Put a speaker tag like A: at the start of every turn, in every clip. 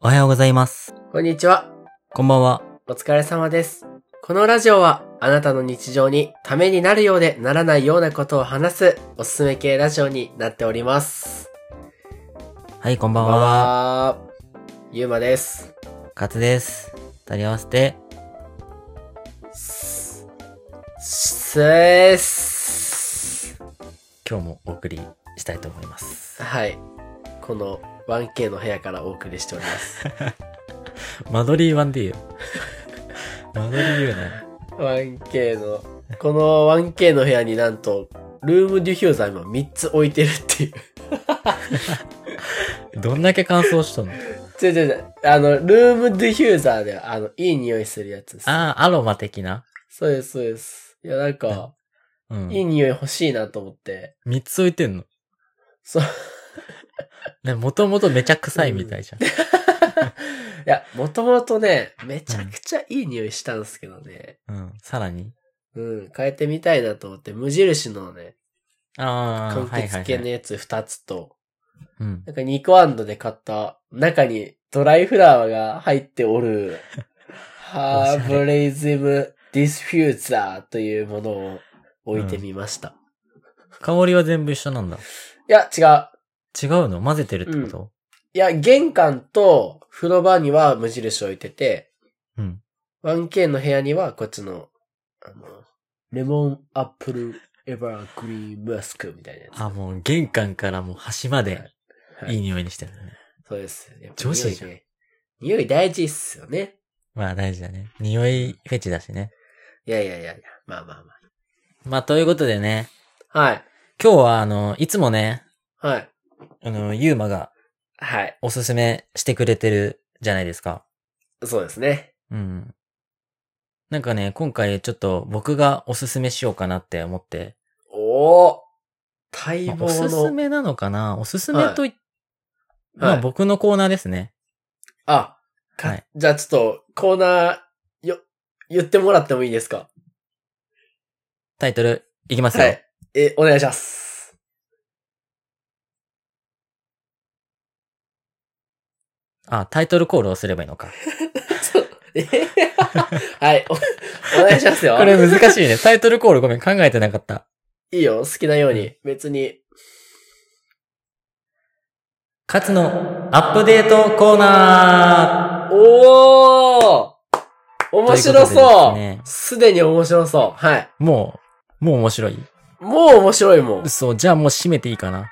A: おはようございます。
B: こんにちは。
A: こんばんは。
B: お疲れ様です。このラジオは、あなたの日常にためになるようでならないようなことを話す、おすすめ系ラジオになっております。
A: はい、こんば
B: こ
A: ん
B: んばん
A: は。
B: は。ゆうまです。
A: カツです。二人合わせて、
B: す、すーす。
A: 今日もお送りしたいと思います。
B: はい。この 1K の部屋からお送りしております。
A: 間取り言わん でいいよ。間取り言うね。
B: 1K の、この 1K の部屋になんと、ルームディフューザー今3つ置いてるっていう。
A: どんだけ乾燥したの
B: 違う違う違う。あの、ルームディフューザーだよ。あの、いい匂いするやつです。
A: ああ、アロマ的な。
B: そうです、そうです。いや、なんか、
A: う
B: いい
A: ん。
B: 匂い欲しいなと思って。
A: 三つ置いてんの。
B: そう。
A: ね、もともとめちゃ臭いみたいじゃん。
B: いや、 もともとね、めちゃくちゃいい匂いしたんですけどね。
A: うん。さらに
B: うん、変えてみたいなと思って、無印のね、
A: ああ、
B: 柑
A: はいは
B: 橘
A: い、
B: 系
A: は
B: の
A: い。
B: やつ2つと、
A: うん。
B: なんかニコアンドで買った、中にドライフラワーが入ってお る、ハーブレイズムディスフューザーというものを置いてみました。
A: 香りは全部一緒なんだ。
B: いや、違う。
A: 違うの混ぜてるってこと、
B: いや、玄関と風呂場には無印置いてて、
A: うん、
B: 1K の部屋にはこっちの、あの、レモンアップルエバーグリーンマスクみたいなやつ。
A: あ、もう玄関からもう端まで
B: はい
A: いい匂いにしてるんだね。
B: そうです。やっぱ
A: 女子じゃん
B: 匂いね匂い大事っすよね。
A: まあ大事だね。匂いフェチだしね。
B: いやいやいやいや、まあまあま
A: まあということでね、
B: あ。はい。
A: 今日はあの、いつもね、
B: はい。
A: あの、ゆうまが
B: はい。
A: おすすめしてくれてるじゃないですか。
B: そうですね。
A: うん。なんかね、今回ちょっと僕がおすすめしようかなって思って。
B: おー待
A: まあ
B: 望の。
A: おすすめなのかなおすすめとい、ま
B: は
A: あ
B: い
A: 僕のコーナーですね。
B: あ、か
A: はい
B: じゃあちょっとコーナー、よ、言ってもらってもいいですか
A: タイトル、いきますよ。
B: はい。え、お願いします。
A: あ、タイトルコールをすればいいのか。
B: そうえ はいお、お願いしますよ。
A: これ難しいね。タイトルコールごめん、考えてなかった。
B: いいよ、好きなように。
A: うん
B: 別に。
A: カツのアップデートコーナー
B: おー面白
A: ということでで
B: そ
A: すね
B: うすでに面白そう。はい。
A: もう、もう面白い
B: もう面白いもん。
A: 嘘、じゃあもう閉めていいかな。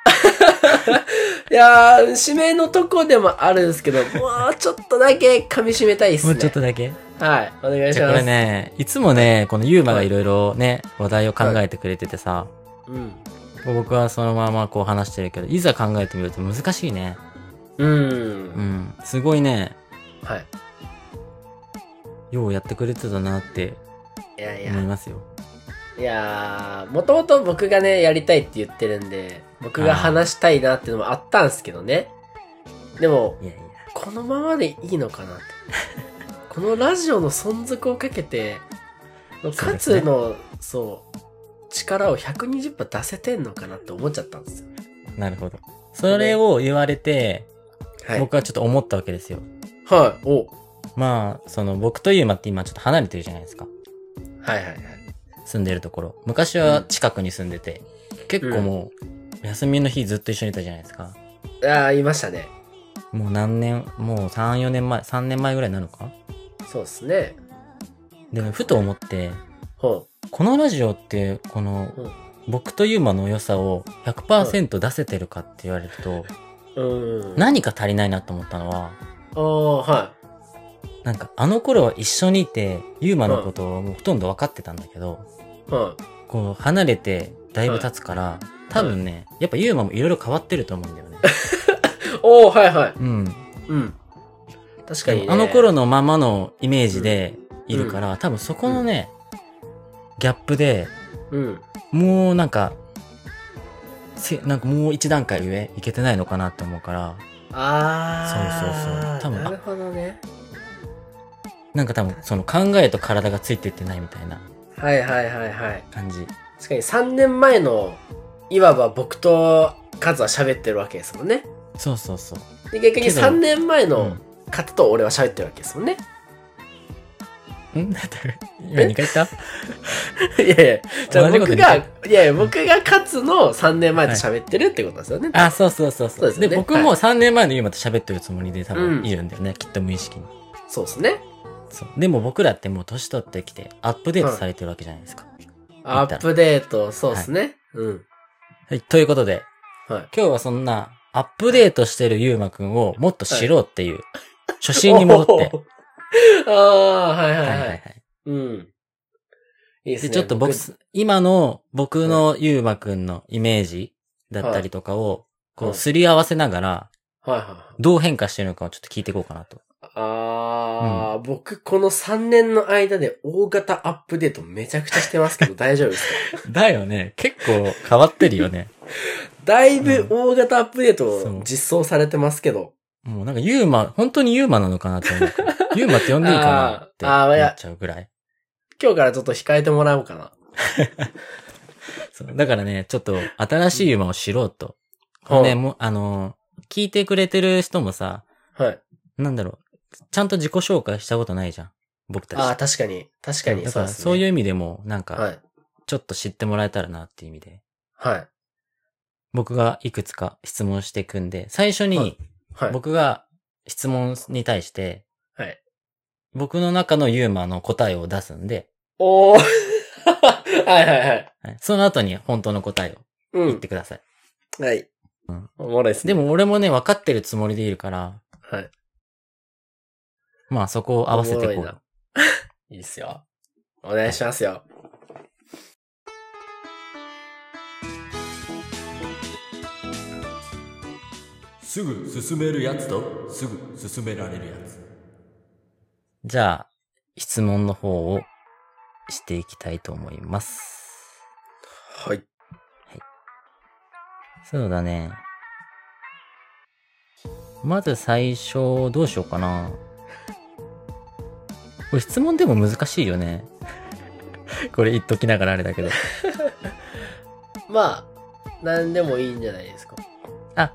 B: いやー、締めのとこでもあるんですけど、もうちょっとだけ噛み締めたいっす
A: も
B: ね。
A: うちょっとだけ。
B: はい。お願いし
A: じゃあ
B: ま
A: こ
B: す。
A: れね、いつもね、このユーマがいろいろね、話題を考えてくれててさ、
B: うん。
A: 僕はそのままこう話してるけど、いざ考えてみると難しいね。
B: う。
A: うんん。すごいね、
B: はい。
A: ようやってくれてたなって
B: いやいや
A: 思い。ますよ。
B: いやー、もともと僕がね、やりたいって言ってるんで、僕が話したいなっていうのもあったんですけどね。でも、
A: いやいや。
B: このままでいいのかな って。このラジオの存続をかけて、
A: そう
B: か
A: ですね
B: つの、そう、力を120%出せてんのかなって思っちゃったんですよ。
A: なるほど。それを言われて、
B: はい。
A: 僕はちょっと思ったわけですよ。
B: はい。お
A: まあ、その僕とユーマって今ちょっと離れてるじゃないですか。
B: はいはいはい。
A: 住んでるところ。昔は近くに住んでて、結構もう、休みの日ずっと一緒にいたじゃないですか。
B: あー、言いましたね。
A: もう何年、もう3、4年前、3年前ぐらいになるのか
B: そうですね。
A: で、ふと思って、
B: ほ
A: このラジオって、この、
B: うん
A: 僕とユーマの良さを100%出せてるかって言われると、
B: う。うん。
A: 何か足りないなと思ったのは、
B: おー、は
A: なんかあの頃は一緒にいて、ユーマのことをもうほとんど分かってたんだけど、
B: い。は
A: こう離れてだいぶ経つから、多分ね、やっぱユーマもいろいろ変わってると思うんだよね。
B: い。おー、はいはい。
A: うん。
B: うん。確かに、ね。
A: あの頃のままのイメージでいるから、多分そこのね、ギャップで、
B: うん。
A: もうなんか、せなんかもう一段階上いけてないのかなって思うから、
B: ああ。
A: そうそうそう多分
B: なるほどね。
A: なんか多分その考えと体がついていってないみたいな
B: はいはいはいはい。
A: 感じ。
B: 確かに3年前の、いわば僕とカズは喋ってるわけですもんね。
A: そうそうそう。
B: で、逆に
A: けど
B: 3年前
A: う
B: の
A: ん
B: 方と俺は喋ってるわけですも んね。
A: んだって、今2回言った
B: いやいや、じゃあ
A: 同じこと言
B: 僕
A: っ
B: が、
A: て
B: いやいや、僕が勝の3年前と喋ってるってことなんですよね。
A: あ、そうそうそう
B: そ
A: そ
B: うで
A: う。
B: すよ
A: で
B: ね
A: 僕も3年前のユーマと喋ってるつもりで多
B: う
A: 分
B: ん
A: いるんだよね。きっと無意識に。
B: そうですね。
A: そう。でも僕らってもう年取ってきて、アップデートされてるわけじゃないですか。
B: アップデート、そうですね。うん。
A: はい。ということで、
B: はい。
A: 今日はそんな、アップデートしてるゆうまくんをもっと知ろうっていう、初心に戻って。
B: おー。ああ、はいはい
A: は
B: はいい。
A: はいはい。
B: うん。いいです
A: で、
B: ね。
A: ちょっと僕、今の僕のゆうまくんのイメージだったりとかを、こ
B: は
A: う、
B: い
A: すり合わせながら、
B: はいはいはい。
A: どう変化してるのかをちょっと聞いていこうかな と。
B: ああ、僕この3年の間で大型アップデートめちゃくちゃし てますけど大丈夫ですか
A: だよね。結構変わってるよね。
B: だいぶ大型アップデート
A: そ
B: を
A: う
B: 実装されてますけど。
A: もうなんかユーマ、本当にユーマなのかなって思う。 ユーマって呼んでいいかなって
B: あーあーい
A: 思
B: や
A: っちゃうぐらい。
B: 今日からちょっと控えてもらおうかな。
A: そうだからね、ちょっと新しいユーマを知ろうと。これね、もう、あのー聞いてくれてる人もさ、
B: はい。
A: なんだろう、ちゃんと自己紹介したことないじゃん。僕たち。
B: ああ、確かに。確かに。
A: だから、
B: ですね
A: そういう意味でも、なん
B: は
A: か、
B: い。
A: ちょっと知ってもらえたらなっていう意味で、
B: はい。
A: 僕がいくつか質問していくんで、最初
B: はい
A: に、
B: はい。
A: 僕が質問に対して、
B: はい。
A: 僕の中のユーマの答えを出すんで、
B: おー。 はいはいはい。
A: はいその後に本当の答えを
B: う
A: 言っ
B: ん。
A: てください。
B: はい。
A: うん
B: おもろいです
A: で
B: ね。
A: も俺もね、分かってるつもりでいるから、
B: はい。
A: まあそこを合わせて
B: お
A: こ
B: もろいな
A: う。
B: いいっすよ。お願いしますよ。
C: すぐ進めるやつとすぐ進められるやつ。
A: じゃあ、質問の方をしていきたいと思います。
B: はい。
A: そうだね。まず最初、どうしようかな。これ質問でも難しいよね。 これ言っときながらあれだけど。
B: まあ、なんでもいいんじゃないですか。
A: あ、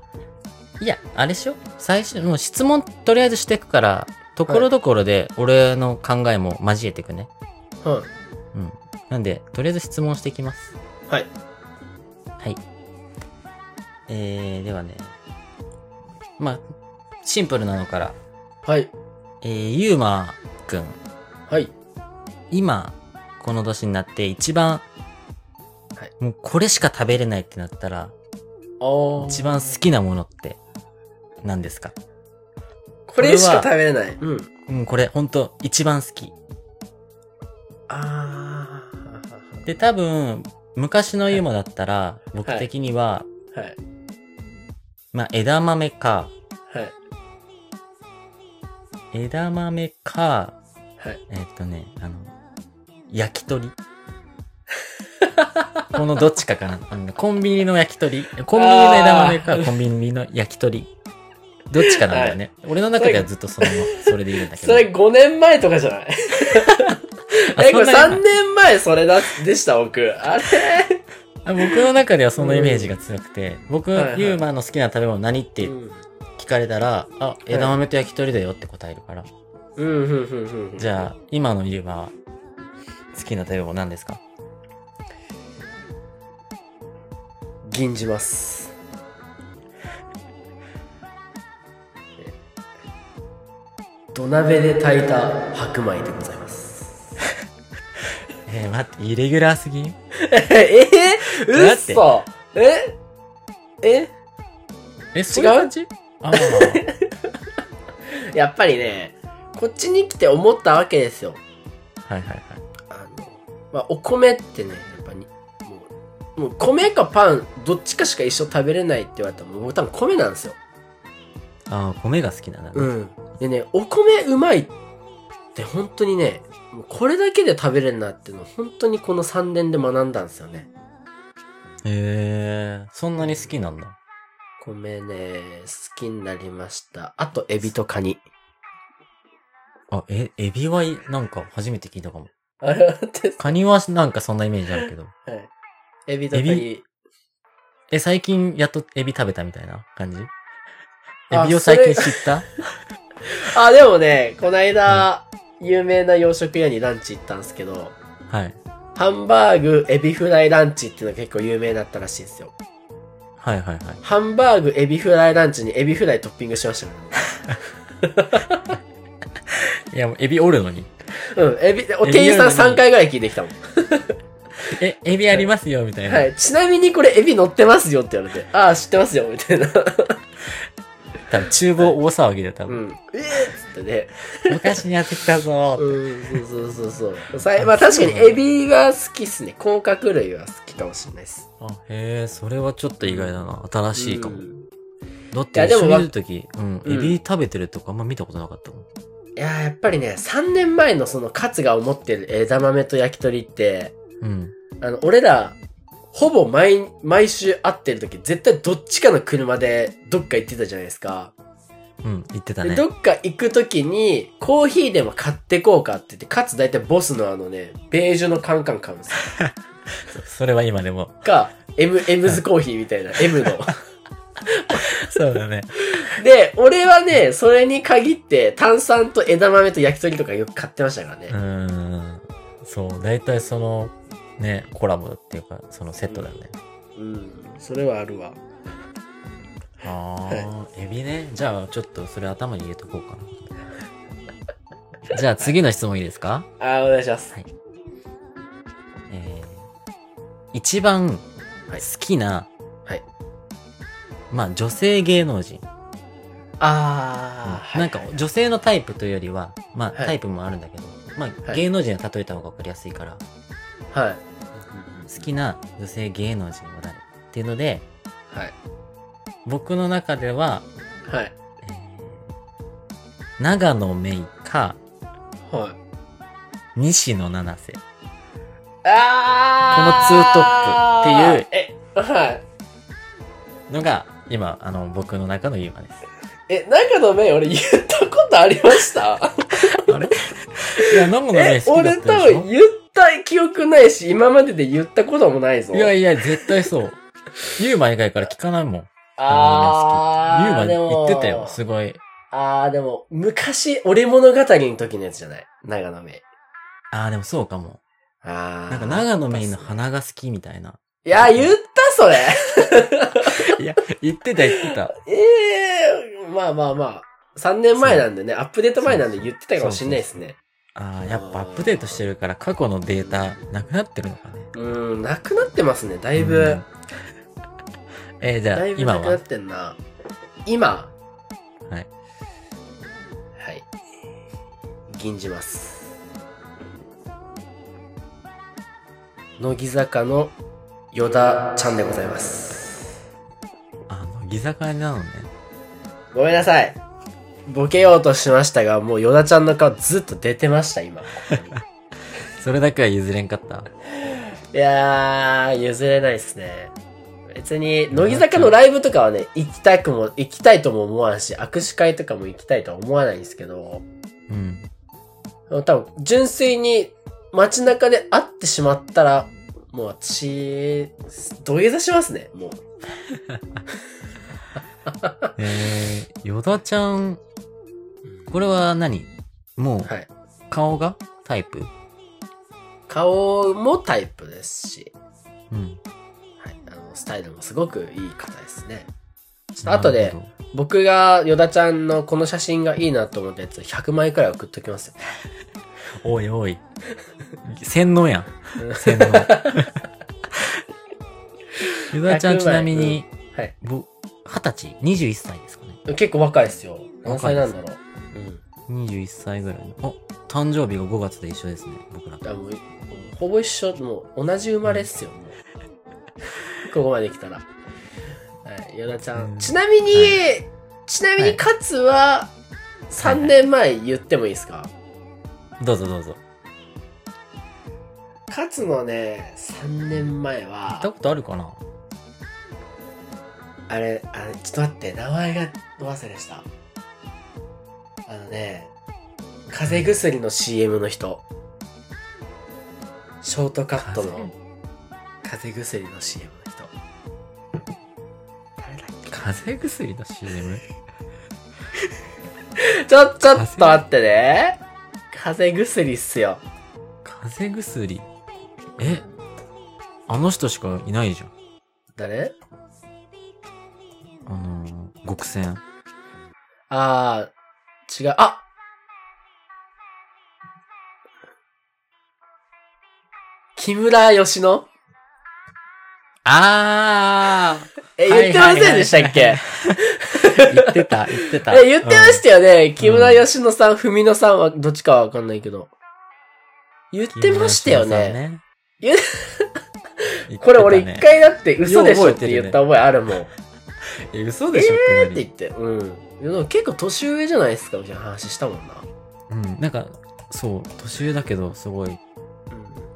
A: いや、あれしよう。最初、もう質問とりあえずしていくから、ところどころで俺の考えも交えていくね。
B: うん。
A: うん。なんで、とりあえず質問していきます。
B: はい。
A: はい。えー、ではね。まあ、シンプルなのから。
B: はい。
A: えー、ゆうまくん。
B: はい。
A: 今、この年になって一番、
B: はい
A: もうこれしか食べれないってなったら、
B: ああ。
A: 一番好きなものって、何ですか
B: これしか食べれない。うん。
A: うん、これ、ほんと、一番好き。
B: あ
A: で、多分、昔のゆうまだったら、僕的には、
B: あ。はい。
A: まあ、枝豆か、
B: はい。
A: 枝豆か、
B: はい。
A: えっとね、あの、焼き鳥。 このどっちかかな。あのねコンビニの焼き鳥。コンビニの枝豆か、コンビニの焼き鳥。どっちかなんだよね。俺の中ではずっとその、それでいるんだけ
B: そ
A: ど。
B: れ5年前とかじゃない
A: あ
B: え、これ
A: そんな
B: 3年前それだ、でした、僕。あれ
A: あ僕の中ではそのイメージが強くて、僕、
B: はいはい
A: ユーマの好きな食べ物何って
B: うん。
A: 聞かれたら、あ、枝豆と焼き鳥だよって答えるから。
B: うん、うん、うん、うん。
A: じ
B: ゃ
A: ゃあ、今のユーマは、好きな食べ物何ですか
B: 銀じます。土鍋で炊いた白米でございます。
A: えー、待って、イレギュラーすぎん
B: え
A: だって
B: 嘘ええ
A: え、そういう感じあー
B: やっぱりね、こっちに来て思ったわけですよ。
A: はいはいはい。
B: あの、まあ、お米ってね、やっぱり、もう、もう米かパン、どっちかしか一緒食べれないって言われたら、もう僕多分米なんですよ。
A: ああ、米が好きなんだね。
B: うん。でね、お米うまいって本当にね、もうこれだけで食べれるなっていうのを本当にこの3年で学んだんですよね。
A: へえ、そんなに好きなんだ。
B: 米ね、好きになりました。あと、エビとカニ。
A: あ、え、エビはい、なんか初めて聞いたかも。
B: あれって、
A: カニはなんかそんなイメージあるけど。
B: はい。エビと
A: エ
B: カニ。
A: え、最近やっとエビ食べたみたいな感じ
B: あ
A: エビを最近知った
B: あ、でもね、こないだ、有名な洋食屋にランチ行ったんですけど、
A: はい。
B: ハンバーグ、エビフライランチっていうのが結構有名だったらしいんですよ。
A: はいはいはい。
B: ハンバーグ、エビフライランチにエビフライトッピングしましたか
A: いや、もうエビおるのに。
B: らね。うん、エビ、お店員さん3回ぐらい聞いてきたもん。
A: え、エビありますよ、みたいな。
B: はい。ちなみにこれエビ乗ってますよって言われて、ああ、知ってますよ、みたい な。
A: 多分厨房大騒ぎで多
B: う
A: 分。
B: ん。ええっつってね。
A: 昔にやってきたぞーって。
B: うん、そうそうそうそう。さいまあ確かにエビが好きっすね。甲殻類は好きかもしれないです。
A: あ、へえ、それはちょっと意外だな。新しいかも。
B: うん
A: だっ
B: い
A: て
B: やで
A: 一
B: も
A: 緒にいるとき、うん、
B: うん
A: エビ食べてるとかあんま見たことなかったもん。
B: いやーやっぱりね、3年前のそのカツが思ってる枝豆と焼き鳥って、
A: うん。
B: あの、俺ら、ほぼ毎、毎週会ってる時、絶対どっちかの車でどっか行ってたじゃないですか。
A: うん、言ってた
B: で、
A: ね。
B: どっか行く時に、コーヒーでも買ってこうかって言って、カツ大体ボスのあのね、ベージュのカンカン買うんですよ。
A: それは今でも。
B: か、M、M ズコーヒーみた いな、M の。
A: そうだね。
B: で、俺はね、それに限って、炭酸と枝豆と焼き鳥とかよく買ってましたからね
A: う。ん。そう、大体その、ね、コラボっていうか、そのセットだよね。
B: うん、それはあるわ。
A: ああ、エビね。じゃあ、ちょっとそれ頭に入れとこうかな。じゃあ、次の質問いいですか
B: あー、お願いします。
A: えー、一番好
B: はい
A: きな、
B: はい
A: まあ、女性芸能人。
B: あー、はい
A: なんか、女性のタイプというよりは、まあ、
B: はい
A: タイプもあるんだけど、ま
B: は
A: あ、
B: い
A: 芸能人は例えた方が分かりやすいから、
B: はい。
A: 好きな女性芸能人は誰っていうので、
B: はい。
A: 僕の中では、
B: はい。
A: えー長野めいか、
B: はい。
A: 西野七瀬。
B: あ
A: このツートップって
B: いう。え、はい。
A: のが、今、あの、僕の中のユーマです。
B: え、中の目俺言ったことありました
A: あれいや、長野め
B: え
A: い、好きだ
B: 俺
A: っ
B: 多
A: たでし
B: 分言った記憶ないし、今までで言ったこともないぞ。
A: ょいやいや、絶対そう。ユーマ以外から聞かないもん。
B: あー。
A: ユーマ
B: でも
A: 言ってたよ、すごい。
B: あー、でも、昔、俺物語の時のやつじゃない長の目。
A: ああ、でもそうかも。
B: あー。
A: なんか長野めいの鼻が好きみたいな。
B: いや、言ったそれ
A: いや、言ってた言ってた。
B: ええー、まあまあまあ。3年前なんでね、アップデート前なんで言ってたかもしんないですね。
A: ああ、やっぱアップデートしてるから過去のデータなくなってるのかね。
B: うん、なくなってますね、だ
A: だ
B: いぶ。。
A: えー、じゃ
B: だ
A: あ
B: いぶ
A: 今
B: なくな
A: は
B: ってんな。今、
A: はい。
B: はい。銀じます。乃木坂のヨダちゃんでございます。
A: あの、ギザカなのね。
B: ごめんなさい。ボケようとしましたが、もうヨダちゃんの顔ずっと出てました、今。ここに
A: それだけは譲れんかった。
B: いやー、譲れないですね。別に、乃木坂のライブとかはね、行きたくも、行きたいとも思わんし、握手会とかも行きたいとは思わないんですけど、
A: うん。
B: 多分、純粋に街中で会ってしまったら、もう私、土下座しますね、もう。
A: えー、ヨダちゃん、これは何もう、
B: はい。
A: 顔がタイプ
B: 顔もタイプですし、
A: うん。
B: はい。あの、スタイルもすごくいい方ですね。ちょっと後
A: なる
B: で
A: ほ、ど
B: 僕がヨダちゃんのこの写真がいいなと思ったやつ100枚くらい送っときますよ。
A: おいおい。洗脳やん。洗 脳。ゆだちゃんちなみに、
B: はい。
A: ぼ二十歳 ?21 歳ですかね。
B: 結構若いですよ。何
A: 若
B: 歳
A: い
B: な
A: で
B: ん
A: す
B: だろう。うん。
A: 21歳ぐらいの。お、誕生日が5月で一緒ですね、僕ら
B: だか。らもう、ほぼ一緒、もう同じ生まれっすよ、も う。ここまで来たら。はい、ヨダちゃ。
A: うんん
B: ちなみに、
A: は
B: ちなみ
A: は
B: に
A: い
B: カツは、3年前言ってもいいですか
A: どうぞどうぞ。
B: カツのね、3年前
A: 行
B: は
A: った、ことあるかな
B: あれ、あれ、ちょっと待って、名前がど忘れした。あのね、風邪薬の CM の人。ショートカットの風邪薬の CM の人。誰だっけ
A: 風邪薬の CM?
B: ちょっちょ、ちょっと待ってね。風邪薬っすよ。
A: 風邪薬えあの人しかいないじゃん。
B: 誰
A: あのー、極戦。
B: あー、違う。あ木村よしの
A: あ
B: え、言ってませんでしたっけ
A: ー言ってた、言ってた。
B: え、言ってましたよね。木村よしのさん、ふみのさんは、どっちかはわかんないけど。言ってましたよね。言
A: 言
B: っ
A: って
B: これ俺一
A: たね。
B: 回だって嘘でしょって言った覚えあるもん。
A: え嘘でしょって
B: っ
A: な
B: て
A: り
B: 言って。うん。でも結構年上じゃないですか、みたいな話したもんな。
A: うん、なんか、そう、年上だけど、すごい、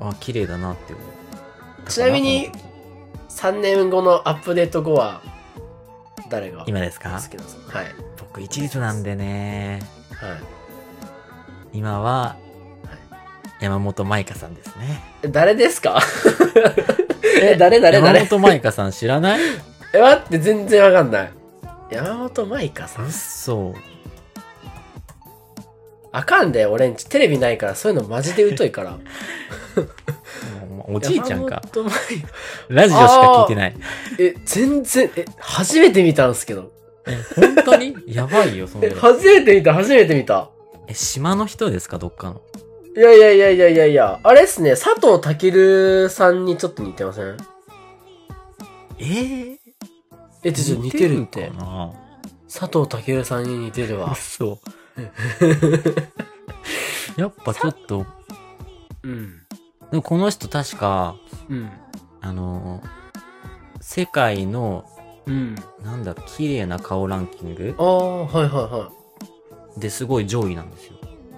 A: あ、綺麗だなって思う。
B: ちなみに、3年後のアップデート後は、誰が好き
A: 今ですか
B: なんですかはい。
A: 僕一律なんでね。
B: はい。
A: 今は、山本舞香さんですね。
B: え誰ですか え、誰誰
A: 山
B: 誰
A: 本舞香さん知らない
B: え、待って、全然わかんない。山本舞香さん
A: そう。
B: あかんで、俺んちテレビないから、そういうのマジで疎い から。
A: おおじいちゃんか。
B: 山本舞香
A: ラジオしか聞いてない。
B: え、全然、え、初めて見たんですけど。
A: え本当にやばいよ、そんな
B: え、。初めて見た、初めて見た。
A: え、島の人ですか、どっかの。
B: いやいやいやいやいやいや、あれっすね、佐藤健さんにちょっと似てません
A: ええ
B: え、ちょ、ちょ、似てるっ
A: か
B: て。
A: な
B: 佐藤健さんに似てるわ。
A: そう やっぱちょっと、
B: うん。
A: でもこの人確か、
B: うん。
A: あの、世界の、
B: うん。
A: なんだ、綺麗な顔ランキング
B: ああ、はいはいはい。
A: ですごい上位なんですよ。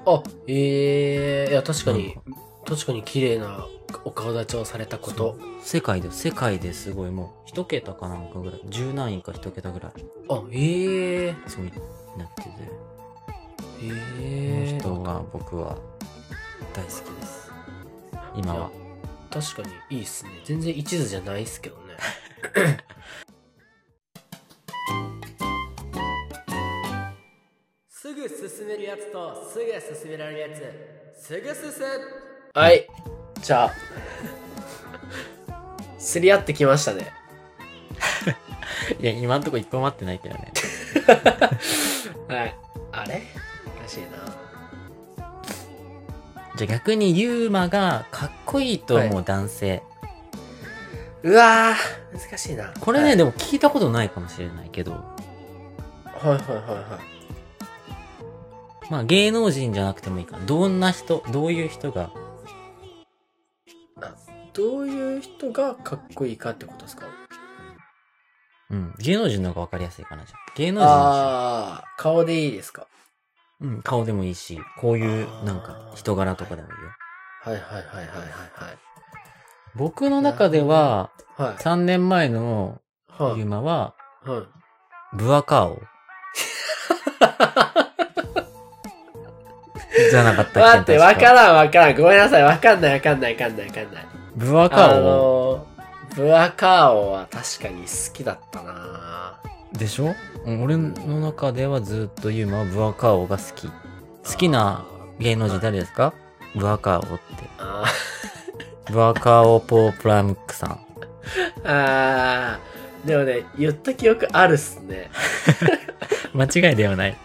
B: あ、ええいや、確かに
A: なん、
B: 確かに綺麗なお顔立ちをされたこと。
A: 世界で、世界ですごいもう、一桁かなんかぐらい、十何位か一桁ぐらい、
B: あ、ええ
A: そうになってて、
B: ええ
A: この人が僕は大好きです。今は。
B: 確かにいいっすね。全然一途じゃないっすけどね。 すぐ進めるやつと、すぐ進められるやつ、すぐ進むはい。じ ゃあ、すり合ってきましたね。
A: いや、今んとこ一個も待ってないけどね。
B: はい。あれおかしいな。
A: じゃあ逆にユーマがかっこいいと思う男性。
B: うわー、難しいな。
A: これね、
B: はい、
A: でも聞いたことないかもしれないけど、
B: はいはいはいはい。
A: まあ芸能人じゃなくてもいいかな。どんな人、どういう人が、
B: どういう人がかっこいいかってことですか
A: うん、芸能人の方がわかりやすいかな、じゃあ芸能人だし
B: あー、顔でいいですか
A: うん、顔でもいいし、こういう
B: あー
A: なんか人柄とかでもいいよ。
B: はいはいはいはい
A: 僕の中では、
B: はいはい。はい。
A: 3年前のユ
B: はい
A: ー。マは、
B: はい。
A: ブアカ オ。じゃなかったっけ
B: 待って、わか
A: ん。
B: らんわからん。ごめんなさい。わかんないわかんないわかんないわかんない。
A: ブア
B: あ
A: カオ
B: のー、ブアカオは確かに好きだったな
A: でしょうん俺の中ではずっとユーマはブアカオが好き。好きな芸能人誰ですかブアカオって。
B: あ
A: ブアカオポープラムックさん。
B: ーあー。でもね、言った記憶あるっすね。
A: 間違いではない。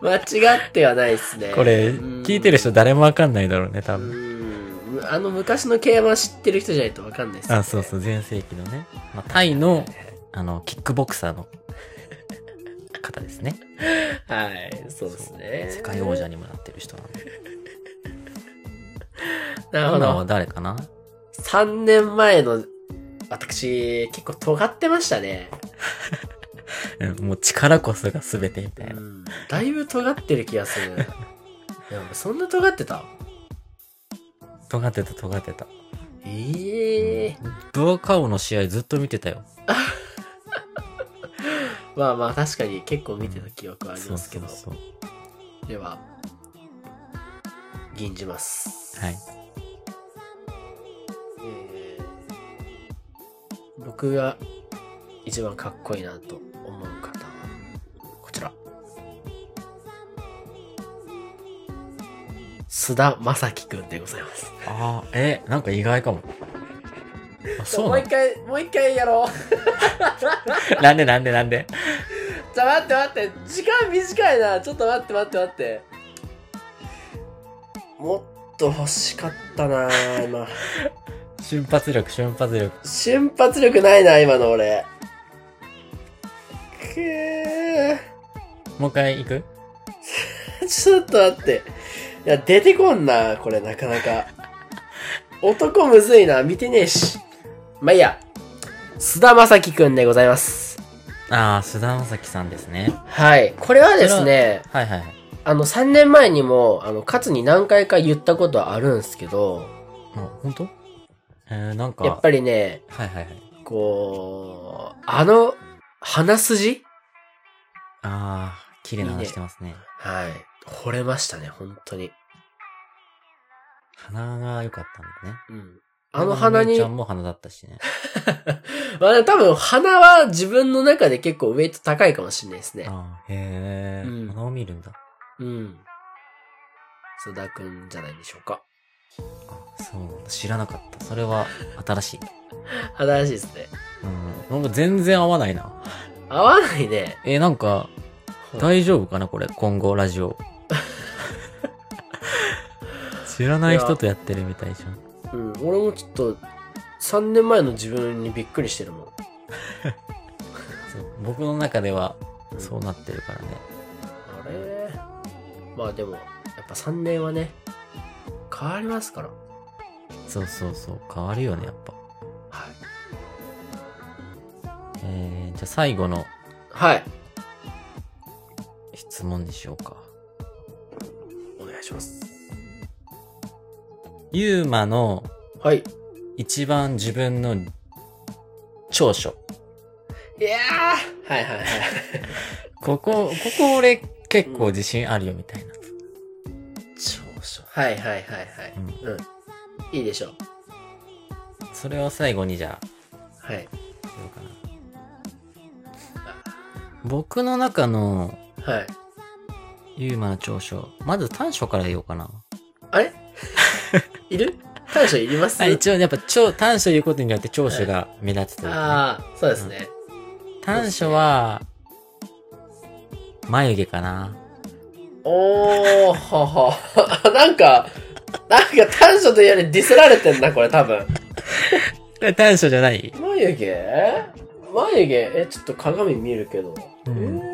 B: 間違ってはないっすね。
A: これ、
B: うん
A: 聞いてる人誰もわかんないだろうね、多分。
B: うん。あの昔の競馬知ってる人じゃないとわかんないっすね。
A: あ、そうそう、前世紀のね。まあ、タイの、あの、キックボクサーの方ですね。
B: はい、そうですね。
A: 世界王者にもなってる人なんで。
B: なるほ
A: 今
B: ど
A: は。誰かな
B: 3年前の私、結構尖ってましたね。
A: うんもう力こそが全てみたいな。
B: だいぶ尖ってる気がす る。いやそんな尖ってた
A: 尖ってた、尖ってた。
B: ええ
A: ブアカオの試合ずっと見てたよ。
B: まあまあ確かに結構見てた記憶はあり
A: そ
B: ま
A: う
B: すけ
A: そう
B: ど。
A: そう。
B: では、銀じます。
A: はい。
B: えー僕が一番かっこいいなと思う方は、こちら。須田正樹くんでございます。
A: ああ、え、なんか意外かも。あ、そう
B: もう
A: な
B: 一回、もう一回やろう。
A: のなんでなんでなんで
B: じゃあ待って待って、時間短いな。ちょっと待って待って待って。もっと欲しかったな、今。
A: 瞬発力、瞬発力。
B: 瞬発力ないな、今の俺。くー。
A: もう一回行く
B: ちょっと待って。いや、出てこんな、これ、なかなか。男むずいな、見てねえし。まあ、いいや。須田正樹くんでございます。
A: ああ、菅田将暉さんですね。
B: はい。これはですね、
A: はいはいはい。
B: あの、3年前にも、あの、勝に何回か言ったことはあるんですけど、
A: あ、本当？えー、なんか、
B: やっぱりね、
A: はいはいはい。
B: こう、あの、鼻筋
A: ああ、綺麗な話してますね。
B: はい。惚れましたね、本当に。
A: 鼻が良かったんだね。
B: うん。あの鼻
A: お姉
B: に
A: ちゃ、んも鼻だったしね。
B: まあ多分鼻は自分の中で結構ウェイト高いかもしれないですね。
A: あーへえ、
B: うん
A: 鼻を見るんだ。
B: うん。須田くんじゃないでしょうか。
A: あ、そうなんだ。知らなかった。それは新しい。
B: 新しいですね。
A: うん。なんか全然合わないな。
B: 合わないね。
A: えー、なんか、
B: はい
A: 大丈夫かなこれ、今後、ラジ オ。知らない人とやってるみたいじゃん。
B: うん。俺もちょっと、3年前の自分にびっくりしてるもん。
A: そう僕の中では、
B: うん
A: そうなってるからね。
B: あれまあでも、やっぱ3年はね、変わりますから。
A: そうそうそう。変わるよね、やっぱ。
B: はい。
A: えー、じゃあ最後の
B: はい。
A: 質問にしようか。
B: お願いします。
A: ユーマの
B: はい。
A: 一番自分の長所。
B: いやーはいはいはい。
A: ここ、ここ俺結構自信あるよみたいな。
B: 長所。はいはいはいはい。うん。いいでしょう。
A: それを最後にじゃあ、
B: はい。
A: どうかな。僕の中の
B: はい。
A: ユーマの長所。まず短所から言おうかな。
B: あ れいる短所いります
A: あ一応やっぱ長、短所言うことによって長所が目立つというか、
B: ああ、そうですね。
A: ね。短所は、眉毛かな。
B: おー、はは。なんか、なんか短所というよりディスられてんな、これ多分。
A: これ短所じゃない
B: 眉毛眉毛え、ちょっと鏡見るけど。
A: うん
B: えー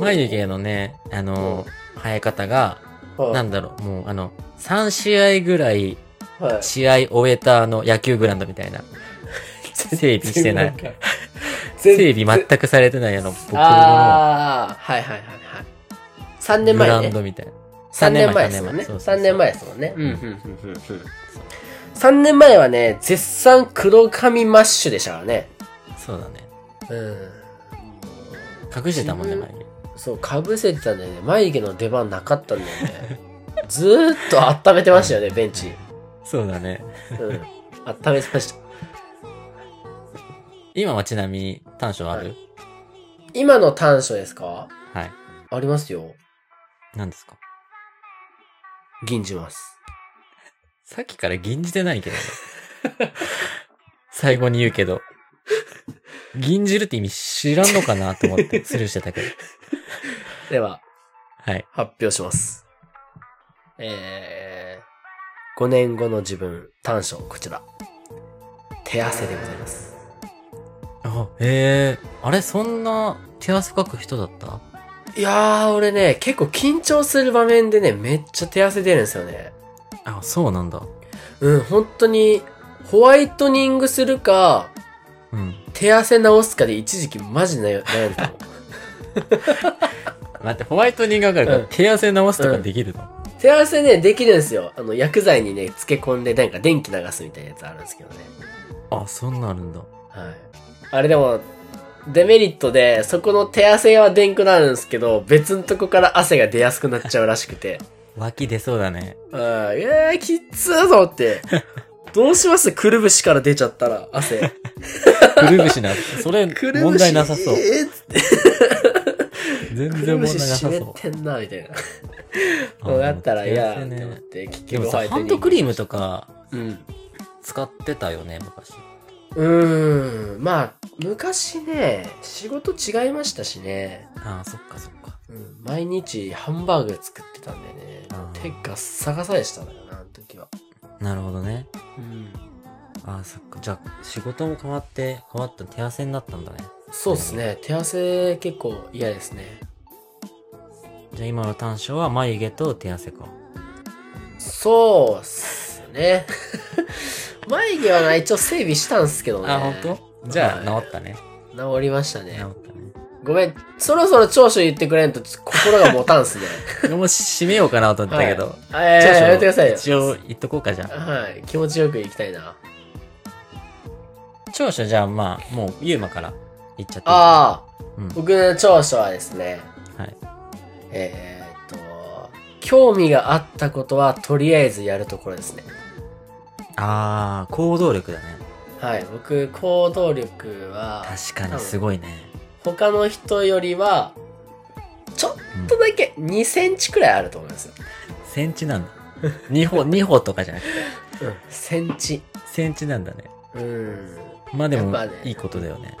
A: 眉毛のね、あの、生え方が、
B: はい
A: なんだろう、もうあの、3試合ぐらい
B: はい。
A: 試合終えたあの野球グラウンドみた いな。整備してない。
B: 全
A: 整
B: 然。
A: 備全くされてないあの、僕の
B: ああ、はいはいはいはい。3年
A: グラ
B: 前
A: ウ
B: ね
A: ン。ドみたいな。
B: 3年前
A: 3
B: ですもんね。
A: 年そうそうそう
B: 3年前ですもんね。うん、うん、うん、うん。3年前はね、絶賛黒髪マッシュでしたからね。
A: そうだね。
B: うん。
A: 隠してたもんね、
B: 自
A: 前
B: 分
A: に。
B: そう、かぶせてたんだよね。眉毛の出番なかったんだよ ね。ずーっと温めてましたよね、ベンチ。
A: そうだね。
B: うん。温めてました。
A: 今はちなみに短所ある
B: 今の短所ですか
A: はい。
B: ありますよ。
A: 何ですか
B: 銀じます。
A: さっきから吟じてないけどね。 最後に言うけど。吟じるって意味知らんのかなと思ってスルーしてたけど。
B: では、
A: はい。
B: 発表します。えー、5年後の自分、短所、こちら。手汗でございます。
A: あ、ええあれそんな手汗かく人だった
B: いやー、俺ね、結構緊張する場面でね、めっちゃ手汗出るんですよね。
A: あ、そうなんだ。
B: うん、本当に、ホワイトニングするか、
A: うん。
B: 手汗直すかで一時期マジで悩んだの。
A: 待って、ホワイトニング上がるから、
B: うん
A: 手汗直すとかできるの、
B: 手汗ね、できるんですよ。あの、薬剤にね、漬け込んで、なんか電気流すみたいなやつあるんですけどね。
A: あ、そんなんあるんだ。
B: はい。あれでも、デメリットで、そこの手汗は出んくなるんですけど、別のとこから汗が出やすくなっちゃうらしくて。
A: 脇出そうだね。
B: うん、えー、きっつーと思って。 どうしますくるぶしから出ちゃったら、汗。
A: くるぶしな、それ、
B: くるぶし。
A: 問題なさそう。
B: えー
A: 全
B: く
A: 然
B: る
A: 問
B: ぶ
A: 題
B: し
A: なさ
B: 湿っ
A: そ
B: てんな、みたいな。のがあったら嫌
A: あ
B: だ
A: ー
B: っ
A: もう手汗ね
B: て思って、結
A: で
B: 局
A: もさ、ハンドク
B: リ
A: リームとか
B: ーム。うん。
A: 使ってたよね、昔。
B: うーん。まあ、昔ね、仕事違いましたしね。
A: ああ、そっかそっか。
B: うん、毎日ハンバーグ作ってたんでね
A: あ。ー
B: 手ガッサガサでしたのよな、あの時は。
A: なるほどね。
B: うん。
A: ああ、そっか。じゃあ、仕事も変わって、変わった、手汗になったんだね。
B: そうですね。手汗結構嫌ですね。
A: じゃあ今の短所は眉毛と手汗か。
B: そうっす ね。眉毛はな、一応整備したんすけどね。
A: あ、本当？じゃあ、治ったね。
B: 当治りましたね
A: 治。ったね。
B: ごめん、そろそろ長所言ってくれんと心が持た んすね。
A: 俺も締めようかなと思ったけど。
B: はい、えー、やめてくださいよ。
A: 一応言っとこうかじゃあ。
B: はい、気持ちよく行きたいな。
A: 長所じゃあまあ、もう、ゆうまから言っちゃって。
B: ああ、
A: うん
B: 僕の長所はですね、
A: はい。
B: えー、っと、興味があったことはとりあえずやるところですね。
A: ああ、行動力だね。
B: はい、僕、行動力は、
A: 確かにすごいね。
B: 他の人よりは、ちょっとだけ2センチくらいあると思いますよ。
A: センチなんだ。2歩、 二歩とかじゃなくて、
B: うん、センチ。
A: センチなんだね。
B: うん。
A: まあでも
B: やっぱね、
A: いいことだよね。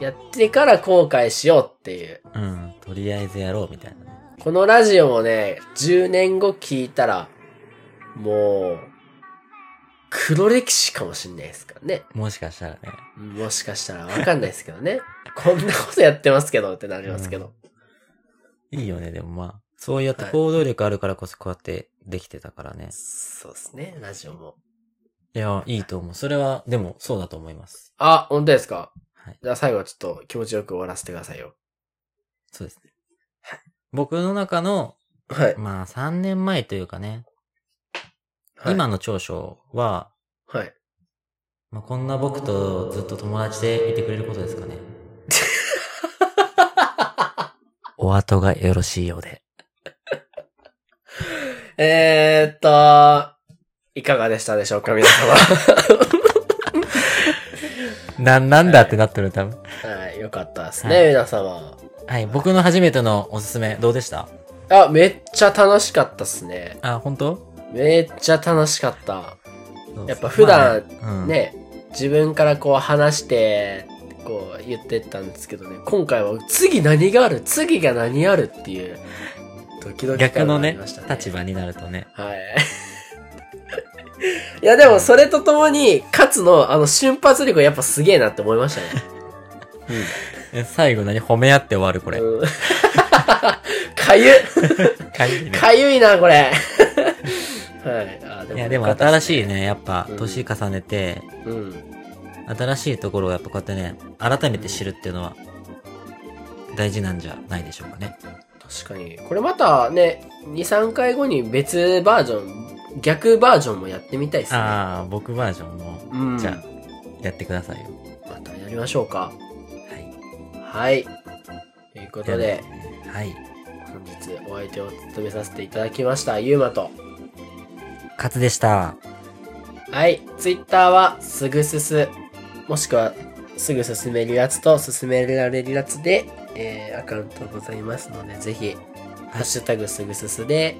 B: やってから後悔しようっていう。
A: うん。とりあえずやろうみたいなね。
B: このラジオもね、10年後聞いたら、もう、黒歴史かもしんないですからね。
A: もしかしたらね。
B: もしかしたらわかんないですけどね。 こんなことやってますけどってなりますけど。
A: いいよね、でもまあ。そうやって
B: はい
A: 行動力あるからこそこうやってできてたからね。
B: そうですね、ラジオも。
A: いや、いいと思う。それは、でも、そうだと思います。
B: あ、本当ですか
A: はい。
B: じゃあ最後はちょっと気持ちよく終わらせてくださいよ。
A: そうですね。僕の中の、
B: はい。
A: まあ、3年前というかね、
B: はい、
A: 今の長所は、
B: はい。
A: まあ、こんな僕とずっと友達でいてくれることですか ね。お後がよろしいようで。
B: えーっと、いかがでしたでしょうか、皆様。
A: なん、なんだってなってる、多分。
B: はい、よかったですね、
A: はい
B: 皆様。
A: はい、僕の初めてのおすすめ、どうでした
B: あ、めっちゃ楽しかったっすね。
A: あ、本当
B: めっちゃ楽しかった。
A: そう
B: やっぱ普段
A: まあうん
B: ね、自分からこう話して、こう言ってったんですけどね、今回は次何がある次が何あるっていう、ドキドキ
A: 逆
B: 感が
A: の
B: あり
A: ね
B: ましたね。、
A: 立。場になるとね。
B: はい。 いやでもそれとともに、勝のあの瞬発力やっぱすげえなって思いましたね。
A: え最後何褒め合って終わる、これ。
B: うん かゆっ
A: かゆいね
B: かゆいな、これ。 はい。あ
A: いや、でも
B: よかった
A: 新
B: っす
A: しいね、やっぱ
B: うん、
A: 年重ねて、
B: うん。
A: 新しいところをやっぱこうやってね、改めて知るっていうのは、大事なんじゃないでしょうかね。
B: 確かに。これまたね、2、3回後に別バージョン、逆バージョンもやってみたいですね。
A: ああ、僕バージョンも、
B: うん。
A: じゃあ、やってくださいよ。
B: またやりましょうか。
A: はい。
B: はい。ということで、
A: はい。
B: 本日お相手を務めさせていただきました、ゆうまと。
A: カツでした。
B: はい。ツイッターは、すぐすす、もしくは、すぐ進めるやつと、進められるやつで、えー、アカウントございますので、ぜひ、ハッシュタグすぐすすで、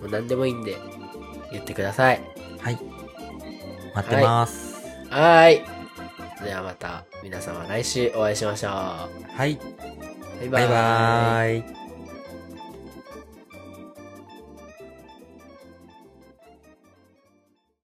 B: もう何でもいいんで、言ってください。
A: はい。待ってます。
B: はーい。ではまた、皆様来週お会いしましょう。
A: はい。バ
B: バイバーイ。
A: イバーイ。